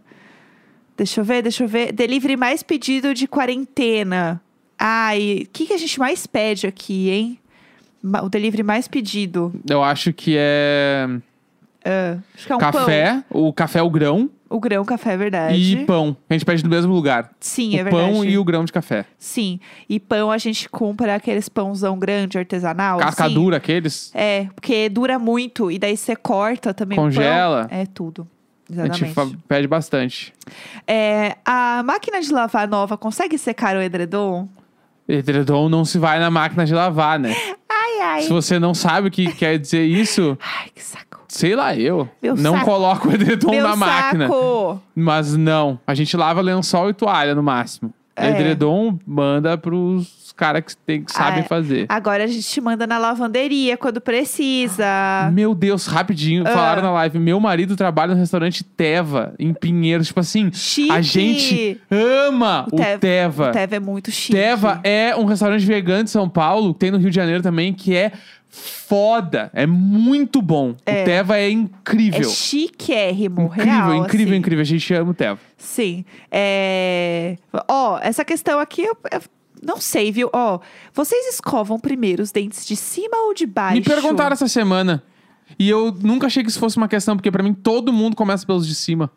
S1: deixa eu ver, deixa eu ver. Delivery mais pedido de quarentena. Ai, o que, que a gente mais pede aqui, hein? ma- o delivery mais pedido?
S2: Eu acho que é,
S1: Ah, acho que é um pão.
S2: café, o café é o grão
S1: O grão café é verdade.
S2: e pão. A gente pede do mesmo lugar.
S1: Sim, é
S2: o
S1: verdade.
S2: pão e o grão de café.
S1: Sim. E pão a gente compra aqueles pãozão grande, artesanal. assim.
S2: Cascadura, aqueles.
S1: É, porque dura muito. E daí você corta também
S2: Congela.
S1: o pão. É tudo.
S2: A
S1: Exatamente.
S2: gente fa- pede bastante.
S1: É, a máquina de lavar nova consegue secar o edredom?
S2: Edredom não se vai na máquina de lavar, né?
S1: Ai, ai.
S2: Se você não sabe o que quer dizer isso,
S1: Ai, que saco.
S2: sei lá eu.
S1: Meu
S2: não
S1: saco.
S2: coloco o edredom
S1: Meu
S2: na máquina.
S1: saco!
S2: Mas não, a gente lava lençol e toalha no máximo.
S1: É.
S2: Edredom manda pros caras que, tem, que sabem
S1: Ah, é.
S2: fazer.
S1: Agora a gente manda na lavanderia quando precisa.
S2: Meu Deus, rapidinho,
S1: Ah.
S2: falaram na live. Meu marido trabalha no restaurante Teva, em Pinheiros. Tipo assim,
S1: Chique!
S2: a gente ama
S1: O
S2: o,
S1: Teva-
S2: Teva.
S1: O Teva é muito chique.
S2: Teva é um restaurante vegano de São Paulo, que tem no Rio de Janeiro também, que é foda. É muito bom.
S1: É.
S2: O Teva é
S1: é
S2: incrível.
S1: chiquérrimo,
S2: incrível,
S1: real,
S2: incrível,
S1: assim.
S2: incrível. A gente ama o Teva.
S1: Sim. É... Ó, essa questão aqui eu, eu não sei, viu? Ó, vocês escovam primeiro os dentes de cima ou de baixo?
S2: Me perguntaram essa semana. E eu nunca achei que isso fosse uma questão, porque pra mim todo mundo começa pelos de cima.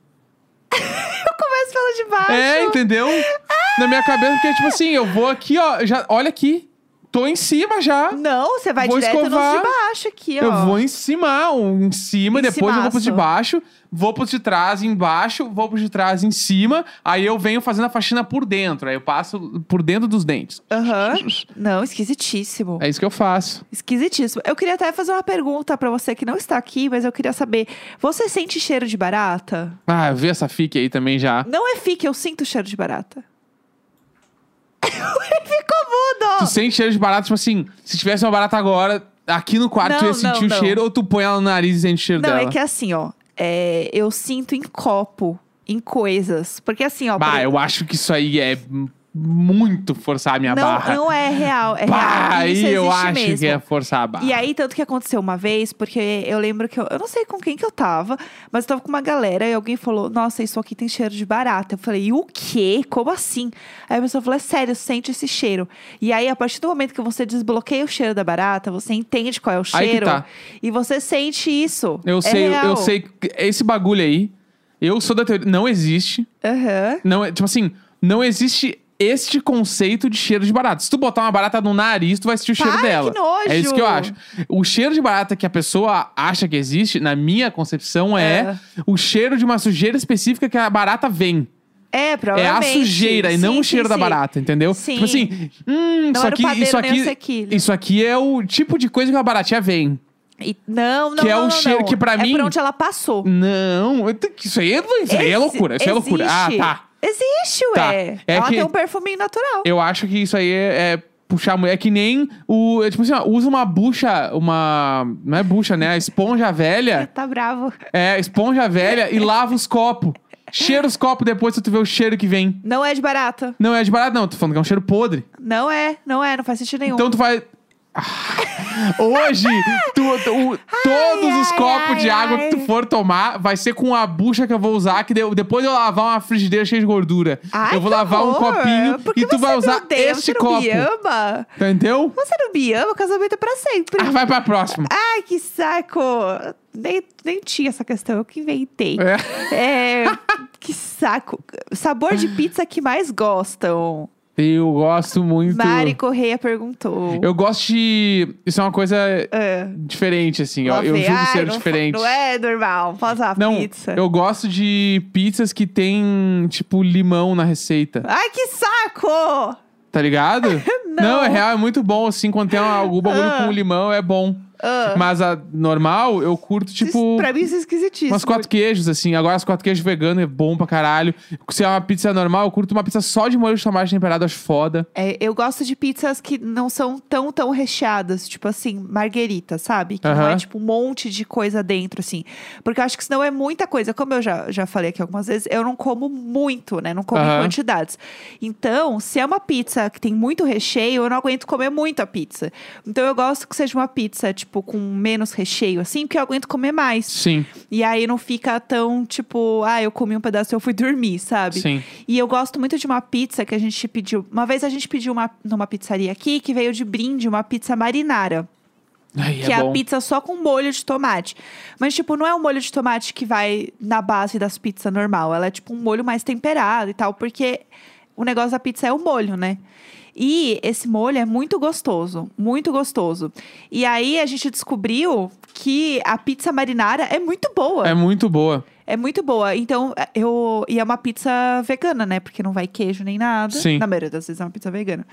S1: Começa pelo de baixo.
S2: É, entendeu?
S1: Ah!
S2: Na minha cabeça, porque tipo assim, eu vou aqui, ó, já, olha aqui. Tô em cima já.
S1: Não, você vai
S2: Vou
S1: direto
S2: escovar.
S1: nos de baixo aqui, ó.
S2: Eu vou em cima, um em cima,
S1: Em
S2: depois eu vou pro de
S1: cimaço.
S2: baixo, vou pro de trás embaixo, vou pro de trás em cima, aí eu venho fazendo a faxina por dentro, aí eu passo por dentro dos dentes.
S1: Aham. Não, esquisitíssimo.
S2: É isso que eu faço.
S1: Esquisitíssimo. Eu queria até fazer uma pergunta pra você que não está aqui, mas eu queria saber. Você sente cheiro de barata?
S2: Ah, eu vi essa fique aí também já.
S1: Não é fique, eu sinto cheiro de barata. Ficou
S2: Tu
S1: mudo!
S2: sente cheiro de barata, tipo assim, se tivesse uma barata agora, aqui no quarto tu
S1: Não,
S2: ia sentir
S1: não,
S2: o
S1: não.
S2: cheiro, ou tu põe ela no nariz e sente o cheiro
S1: Não,
S2: dela.
S1: é que assim, ó. é, eu sinto em copo, em coisas. Porque assim, ó. por
S2: Bah,
S1: exemplo-
S2: eu acho que isso aí é m- muito forçar a minha barra.
S1: não, não é real, é
S2: bah,
S1: real. Isso
S2: aí eu
S1: existe
S2: acho
S1: mesmo.
S2: que é forçar a barra.
S1: E aí, tanto que aconteceu uma vez, porque eu lembro que eu, eu não sei com quem que eu tava, mas eu tava com uma galera e alguém falou: Nossa, isso aqui tem cheiro de barata. Eu falei: "E O quê? Como assim? Aí a pessoa falou: É sério, sente esse cheiro. E aí, a partir do momento que você desbloqueia o cheiro da barata, você entende qual é o
S2: Aí que
S1: cheiro
S2: tá.
S1: e você sente isso.
S2: Eu
S1: É
S2: sei, eu
S1: real.
S2: sei. que Esse bagulho aí, eu sou da teoria. Não existe.
S1: Aham.
S2: Não, é- tipo assim, não existe este conceito de cheiro de barata. Se tu botar uma barata no nariz, tu vai sentir o
S1: Para,
S2: cheiro dela.
S1: que nojo!
S2: É isso que eu acho. O cheiro de barata que a pessoa acha que existe, na minha concepção, é, o cheiro de uma sujeira específica que a barata vem.
S1: É,
S2: É a
S1: provavelmente.
S2: sujeira e
S1: Sim,
S2: não o cheiro
S1: sim,
S2: da
S1: sim.
S2: barata, entendeu?
S1: Sim.
S2: Tipo assim, hum,
S1: Não
S2: isso
S1: era o
S2: aqui,
S1: padeiro
S2: isso
S1: nem o
S2: aqui,
S1: sequilho.
S2: isso aqui é o tipo de coisa que a baratinha vem.
S1: E- não, não,
S2: Que é
S1: não,
S2: um
S1: não,
S2: cheiro
S1: não.
S2: que pra
S1: é
S2: mim-
S1: Por onde ela passou.
S2: Não, eu te- isso aí, é- isso aí é
S1: Exi-
S2: loucura, isso aí é loucura. Ah,
S1: existe.
S2: tá.
S1: Existe, ué.
S2: Tá. É
S1: Ela
S2: que-
S1: tem um perfuminho natural.
S2: Eu acho que isso aí é, é puxar muito. É que nem o. é tipo assim, ó, usa uma bucha, uma. Não é bucha, né? A esponja velha.
S1: Tá bravo.
S2: É, esponja velha e lava os copos. Cheira os copos depois se tu vê o cheiro que vem.
S1: Não é de barata.
S2: Não é de barato, não. Tô falando que é um cheiro podre.
S1: Não é, não é, não faz sentido nenhum.
S2: Então tu vai. Ah, Hoje, tu- tu- o- todos os
S1: ai,
S2: copos de
S1: ai,
S2: água que tu
S1: ai.
S2: for tomar vai ser com a bucha que eu vou usar, que deu- depois eu lavar uma frigideira cheia de gordura.
S1: Ai,
S2: eu vou
S1: que
S2: lavar um
S1: horror.
S2: copinho
S1: Por que
S2: e tu
S1: você
S2: vai
S1: me
S2: usar
S1: odeia?
S2: este
S1: você
S2: copo.
S1: Não me ama?
S2: Entendeu?
S1: Você não me ama? O casamento é pra sempre.
S2: Ah, vai pra próxima.
S1: Ai, que saco. Nem, nem tinha essa questão, eu que inventei.
S2: É.
S1: É, que saco. Sabor de pizza que mais gostam?
S2: Eu gosto muito.
S1: Mari Correia perguntou.
S2: Eu gosto de. Isso é uma coisa
S1: É.
S2: diferente, assim. Eu,
S1: Lá
S2: eu
S1: vem,
S2: julgo
S1: ai,
S2: ser
S1: não fa-
S2: diferente.
S1: Não é normal, faz uma
S2: Não,
S1: pizza.
S2: eu gosto de pizzas que tem, tipo, limão na receita.
S1: Ai, que saco!
S2: Tá ligado?
S1: Não.
S2: é real, é muito bom, assim, quando tem uma- algum bagulho
S1: Ah.
S2: com limão, é bom.
S1: Ah.
S2: Mas a normal, eu curto, tipo.
S1: Isso- pra mim isso é esquisitíssimo.
S2: Umas quatro queijos, assim. Agora, as quatro queijos vegano é bom pra caralho. Se é uma pizza normal, eu curto uma pizza só de molho de tomate temperado, acho foda.
S1: É, eu gosto de pizzas que não são tão, tão recheadas. Tipo assim, marguerita, sabe? Que não é
S2: Aham.
S1: tipo um monte de coisa dentro, assim. Porque eu acho que senão é muita coisa. Como eu já, já falei aqui algumas vezes, eu não como muito, né? Não como em
S2: Aham.
S1: quantidades. Então, se é uma pizza que tem muito recheio, eu não aguento comer muita pizza. Então, eu gosto que seja uma pizza, tipo, com menos recheio, assim, porque eu aguento comer mais.
S2: Sim,
S1: E aí não fica tão, tipo, ah, eu comi um pedaço e eu fui dormir, sabe?
S2: sim.
S1: E eu gosto muito de uma pizza que a gente pediu. Uma vez a gente pediu uma, numa pizzaria aqui que veio de brinde uma pizza marinara.
S2: Ai,
S1: que é,
S2: é
S1: a
S2: bom.
S1: pizza só com molho de tomate. Mas, tipo, não é um molho de tomate que vai na base das pizzas normal. Ela é, tipo, um molho mais temperado e tal, porque o negócio da pizza é o molho, né? E esse molho é muito gostoso, muito gostoso. E aí a gente descobriu que a pizza marinara é muito boa.
S2: É muito boa.
S1: É muito boa. Então, eu. E é uma pizza vegana, né? Porque não vai queijo nem nada.
S2: Sim.
S1: Na maioria das vezes é uma pizza vegana.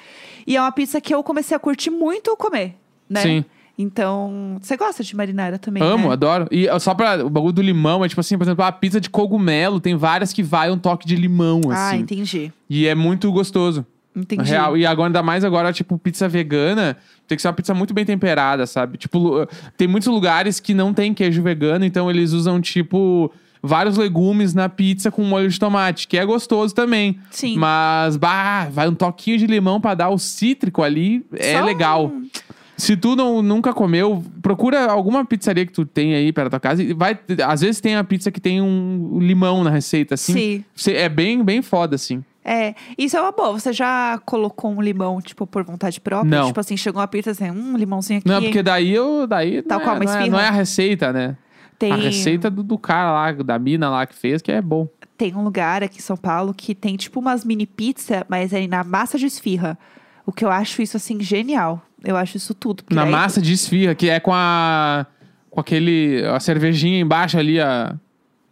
S1: E é uma pizza que eu comecei a curtir muito comer, né?
S2: Sim.
S1: Então, você gosta de marinara também?
S2: Amo,
S1: né?
S2: adoro. E ó, só pra. O bagulho do limão é tipo assim, por exemplo, a pizza de cogumelo tem várias que vai um toque de limão,
S1: Ah,
S2: assim.
S1: entendi.
S2: E é muito gostoso.
S1: Entendi.
S2: Real. E agora, ainda mais agora, tipo, pizza vegana, tem que ser uma pizza muito bem temperada, sabe? Tipo, lu- tem muitos lugares que não tem queijo vegano, então eles usam, tipo, vários legumes na pizza com molho de tomate, que é gostoso também.
S1: Sim.
S2: Mas, bah, vai um toquinho de limão pra dar o cítrico ali, é
S1: Só
S2: legal.
S1: um-
S2: Se tu não, nunca comeu, procura alguma pizzaria que tu tem aí para tua casa. E vai, às vezes tem a pizza que tem um limão na receita, assim.
S1: Sim.
S2: Cê- É bem, bem foda, assim.
S1: É, isso é uma boa. Você já colocou um limão, tipo, por vontade própria?
S2: Não.
S1: Tipo assim, chegou uma pizza assim, um limãozinho aqui.
S2: Não, porque daí eu. Daí
S1: Tal
S2: não,
S1: qual
S2: é,
S1: uma
S2: não, é,
S1: esfirra.
S2: não é a receita, né?
S1: tem...
S2: A receita do, do cara lá, da mina lá que fez, que é bom.
S1: tem um lugar aqui em São Paulo que tem tipo umas mini pizza, mas é na massa de esfirra. O que eu acho isso assim genial. Eu acho isso tudo. porque
S2: Na
S1: daí-
S2: massa de esfirra, que é com a. Com aquele. A cervejinha embaixo ali, a.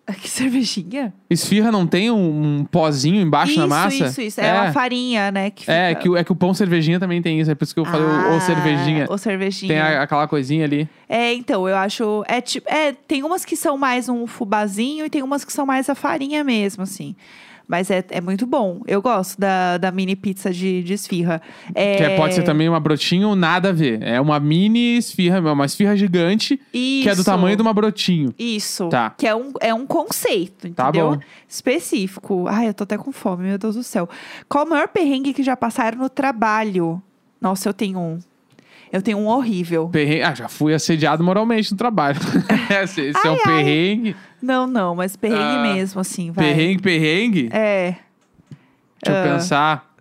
S1: Que cervejinha?
S2: Esfirra não tem um, um pozinho embaixo
S1: isso,
S2: na massa?
S1: isso, isso. É, uma farinha, né? Que
S2: É,
S1: fica-
S2: que, o- é que o pão cervejinha também tem isso. É por isso que eu falei o-
S1: Ah,
S2: o cervejinha.
S1: O cervejinha.
S2: Tem a- aquela coisinha ali.
S1: É, então, eu acho. É, tipo, é, tem umas que são mais um fubazinho e tem umas que são mais a farinha mesmo, assim. Mas é, é muito bom. Eu gosto da, da mini pizza de, de esfirra. É,
S2: Que é- pode ser também uma brotinho, nada a ver. É uma mini esfirra, é uma esfirra gigante,
S1: Isso.
S2: que é do tamanho de uma brotinho.
S1: Isso.
S2: Tá.
S1: Que é um, é um conceito,
S2: Tá
S1: entendeu?
S2: bom.
S1: Específico. Ai, eu tô até com fome, meu Deus do céu. Qual o maior perrengue que já passaram no trabalho? Nossa, eu tenho um. Eu tenho um horrível.
S2: Perrengue. Ah, já fui assediado moralmente no trabalho. esse esse é um perrengue.
S1: Não, não, mas perrengue
S2: Ah,
S1: mesmo, assim, vai.
S2: Perrengue, perrengue?
S1: É.
S2: Deixa eu pensar.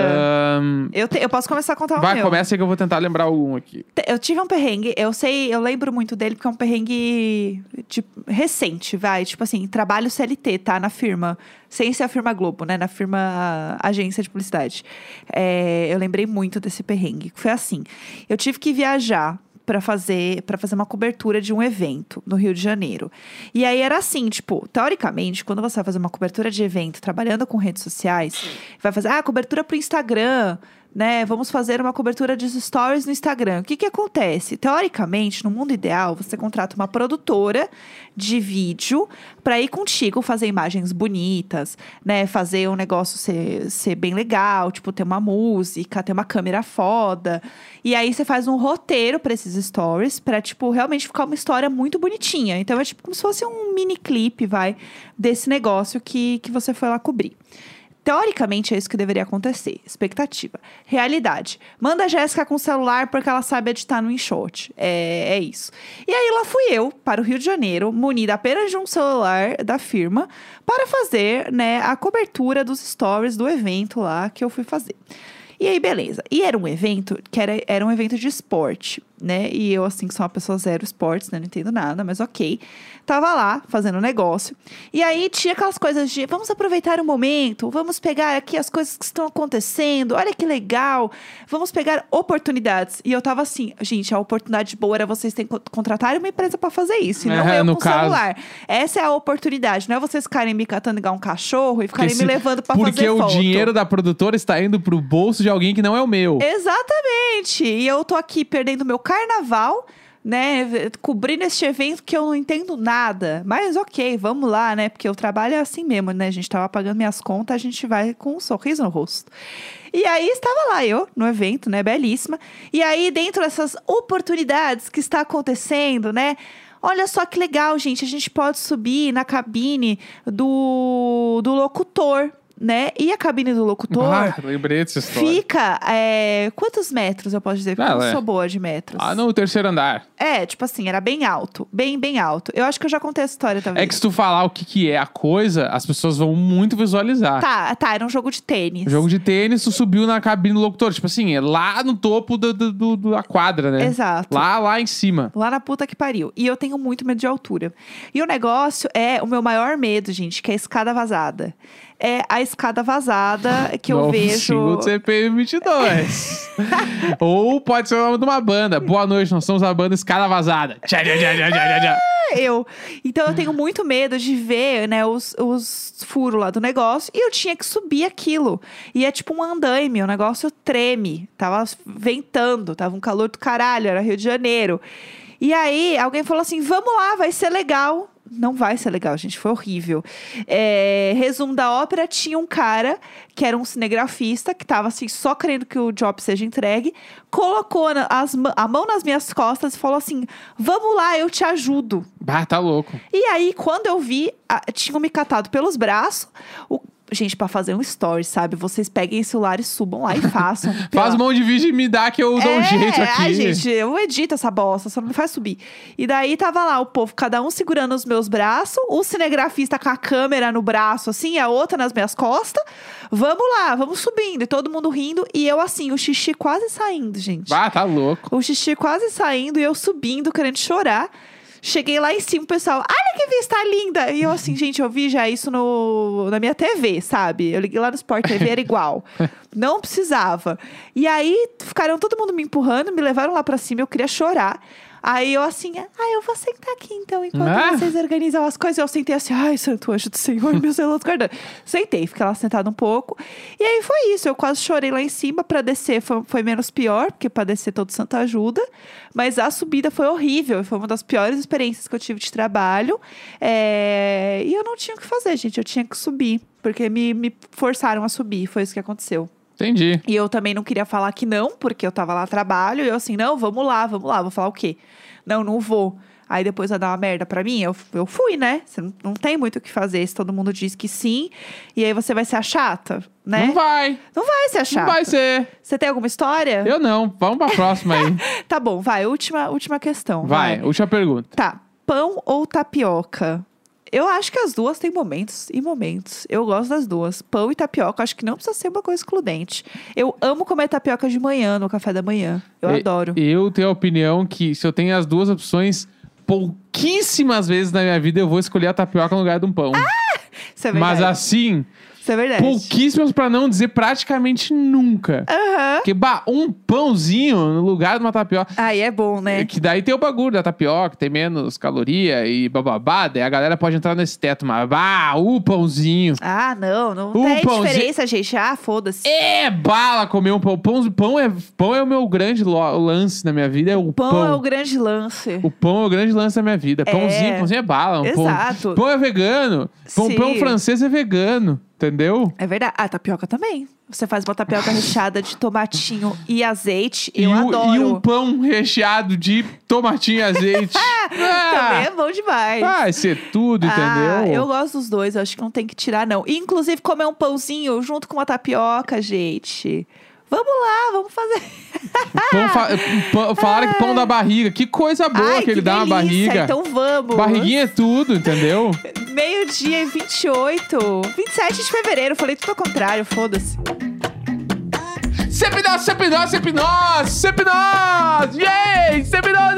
S2: Ahn,
S1: Eu, te- eu posso começar a contar o
S2: vai,
S1: meu.
S2: começa aí que eu vou tentar lembrar algum aqui.
S1: Te- Eu tive um perrengue, eu sei, eu lembro muito dele, porque é um perrengue de- recente, vai. Tipo assim, trabalho CLT, tá? Na firma. Sem ser a firma Globo, né? Na firma agência de publicidade. É, eu lembrei muito desse perrengue. Foi assim: eu tive que viajar para fazer para fazer uma cobertura de um evento no Rio de Janeiro. E aí era assim, tipo, teoricamente, quando você vai fazer uma cobertura de evento, trabalhando com redes sociais, vai fazer, ah, cobertura pro Instagram, né? Vamos fazer uma cobertura de stories no Instagram. O que que acontece? Teoricamente, no mundo ideal, você contrata uma produtora de vídeo para ir contigo fazer imagens bonitas, né? Fazer um negócio ser, ser bem legal, tipo, ter uma música, ter uma câmera foda. E aí você faz um roteiro para esses stories para tipo realmente ficar uma história muito bonitinha. Então é tipo como se fosse um mini clipe, vai, desse negócio que que você foi lá cobrir. Teoricamente é isso que deveria acontecer. Expectativa. Realidade. Manda a Jéssica com o celular porque ela sabe editar no enxote. É, é isso. E aí lá fui eu para o Rio de Janeiro, munida apenas de um celular da firma, para fazer né, a cobertura dos stories do evento lá que eu fui fazer. E aí, beleza. E era um evento que era, era um evento de esporte, né? E eu, assim, que sou uma pessoa zero esportes, né? Não entendo nada, mas ok. Tava lá fazendo um negócio. E aí tinha aquelas coisas de vamos aproveitar o momento, vamos pegar aqui as coisas que estão acontecendo, olha que legal, vamos pegar oportunidades. E eu tava assim, gente, a oportunidade boa era vocês terem co- contratarem uma empresa pra fazer isso, e não
S2: É,
S1: eu
S2: no
S1: com o
S2: caso.
S1: celular. Essa é a oportunidade, não é vocês ficarem me catando igual um cachorro e ficarem
S2: Porque
S1: me
S2: se-
S1: levando pra
S2: Porque
S1: fazer
S2: o
S1: foto.
S2: dinheiro da produtora está indo pro bolso de alguém que não é o meu.
S1: Exatamente. E eu tô aqui perdendo meu carnaval, né? v- Cobrindo este evento que eu não entendo nada. Mas ok, vamos lá, né? Porque o trabalho é assim mesmo, né? A gente tava pagando minhas contas, a gente vai com um sorriso no rosto. E aí estava lá eu, no evento, né? Belíssima. E aí, dentro dessas oportunidades que está acontecendo, né? Olha só que legal, gente. A gente pode subir na cabine do, do locutor. né? E a cabine do locutor
S2: Ah, lembrei dessa história.
S1: fica. é, quantos metros eu posso dizer? Porque
S2: Ah,
S1: eu não
S2: é.
S1: sou boa de metros.
S2: Ah, no terceiro andar.
S1: É, tipo assim, era bem alto. Bem, bem alto. Eu acho que eu já contei essa história também.
S2: É que se tu falar o que, que é a coisa, as pessoas vão muito visualizar.
S1: Tá, tá, era um jogo de tênis.
S2: Jogo de tênis, tu subiu na cabine do locutor. Tipo assim, é lá no topo do, do- do- do- da quadra, né?
S1: Exato.
S2: Lá, lá em cima.
S1: Lá na puta que pariu. E eu tenho muito medo de altura. E o negócio é o meu maior medo, gente, que é a escada vazada. É a escada vazada que eu
S2: Novo
S1: vejo.
S2: Single do CPM 22. Ou pode ser o nome de uma banda. Boa noite, nós somos a banda Escada Vazada. Tchá, tchá, tchá, tchá, tchá, tchá.
S1: Eu. Então eu tenho muito medo de ver, né, os, os furos lá do negócio. E eu tinha que subir aquilo. E é tipo um andaime, o negócio treme. Tava ventando, tava um calor do caralho, era Rio de Janeiro. E aí alguém falou assim: vamos lá, vai ser legal. Não vai ser legal, gente, foi horrível. É, resumo da ópera: tinha um cara que era um cinegrafista, que tava assim, só querendo que o job seja entregue, colocou na- as ma- a mão nas minhas costas e falou assim: vamos lá, eu te ajudo.
S2: Bah, tá louco.
S1: E aí, quando eu vi, a- tinham me catado pelos braços. O- gente, pra fazer um story, sabe? Vocês peguem esse celular e subam lá e façam.
S2: Faz
S1: Pela-
S2: um monte de vídeo e me dá que eu dou um
S1: É,
S2: jeito aqui.
S1: Ai, gente, eu edito essa bosta, só não me faz subir. E daí tava lá o povo, cada um segurando os meus braços, o cinegrafista com a câmera no braço, assim, a outra nas minhas costas. Vamos lá, vamos subindo. E todo mundo rindo. E eu, assim, o xixi quase saindo, gente.
S2: Bah, tá louco.
S1: O xixi quase saindo e eu subindo, querendo chorar. Cheguei lá em cima, o pessoal, olha que vista linda! E eu assim, gente, eu vi já isso no, na minha TV, sabe? Eu liguei lá no Sport TV, era igual. Não precisava. E aí, ficaram todo mundo me empurrando, me levaram lá pra cima, eu queria chorar. Aí eu assim, ah, eu vou sentar aqui então, enquanto
S2: Ah.
S1: vocês organizam as coisas. Eu sentei assim, ai, santo anjo do Senhor, meu zeloso guardando. Sentei, fiquei lá sentada um pouco. E aí foi isso, eu quase chorei lá em cima. Pra descer foi, foi menos pior, porque pra descer todo santo ajuda. Mas a subida foi horrível, foi uma das piores experiências que eu tive de trabalho. É, E eu não tinha o que fazer, gente, eu tinha que subir. Porque me, me forçaram a subir, foi isso que aconteceu.
S2: Entendi.
S1: E eu também não queria falar que não, porque eu tava lá a trabalho. E eu assim, não, vamos lá, vamos lá. Vou falar o quê? Não, não vou. Aí depois vai dar uma merda pra mim. Eu, eu fui, né? Você não, não tem muito o que fazer. Se todo mundo diz que sim, e aí você vai ser a chata, né?
S2: Não vai.
S1: Não vai ser a
S2: Não
S1: chata.
S2: vai ser.
S1: Você tem alguma história?
S2: Eu não. Vamos pra próxima aí.
S1: Tá bom, vai. Última, última questão.
S2: Vai, última pergunta.
S1: Tá. Pão ou tapioca? Eu acho que as duas têm momentos e momentos. Eu gosto das duas. Pão e tapioca, acho que não precisa ser uma coisa excludente. Eu amo comer tapioca de manhã, no café da manhã. Eu
S2: E-
S1: adoro.
S2: Eu tenho a opinião que se eu tenho as duas opções, pouquíssimas vezes na minha vida eu vou escolher a tapioca no lugar de um pão.
S1: Isso é
S2: Mas
S1: verdade.
S2: assim,
S1: Isso é verdade.
S2: pouquíssimas pra não dizer praticamente nunca.
S1: Aham.
S2: Porque, bah, um pãozinho no lugar de uma tapioca.
S1: Aí é bom, né?
S2: Que daí tem o bagulho da tapioca, tem menos caloria e bababá. Daí a galera pode entrar nesse teto, mas, bah, o pãozinho.
S1: Ah, não. Não
S2: Um
S1: tem
S2: pãozinho-
S1: diferença, gente. Ah, foda-se.
S2: É bala comer um pão. Pão, pão, é, pão é o meu grande lo- lance na minha vida, é o
S1: Pão,
S2: pão.
S1: é o grande lance.
S2: O pão é o grande lance da minha vida. Pãozinho, pãozinho é bala. Um pão-
S1: Exato.
S2: Pão é vegano. Pão,
S1: Sim.
S2: pão francês é vegano. Entendeu?
S1: É verdade. Ah, tapioca também. Você faz uma tapioca recheada de tomatinho e azeite.
S2: e,
S1: eu
S2: o-
S1: adoro.
S2: e um pão recheado de tomatinho e azeite.
S1: Também
S2: ah,
S1: é bom demais.
S2: vai ser tudo,
S1: Ah,
S2: entendeu?
S1: eu gosto dos dois, eu acho que não tem que tirar, não. E, inclusive, comer um pãozinho junto com uma tapioca, gente. Vamos lá, vamos fazer.
S2: Pão fa- eh, um pão- falaram que pão da barriga. Que coisa boa
S1: Ah. Ai,
S2: que ele dá na
S1: delícia,
S2: barriga.
S1: Então vamos.
S2: Barriguinha é tudo, entendeu?
S1: Meio-dia e 28. 27 de fevereiro, falei tudo ao contrário, foda-se.
S2: Sempre nós, sempre nós, sempre nós, sempre nós! Yay! Sempre nós,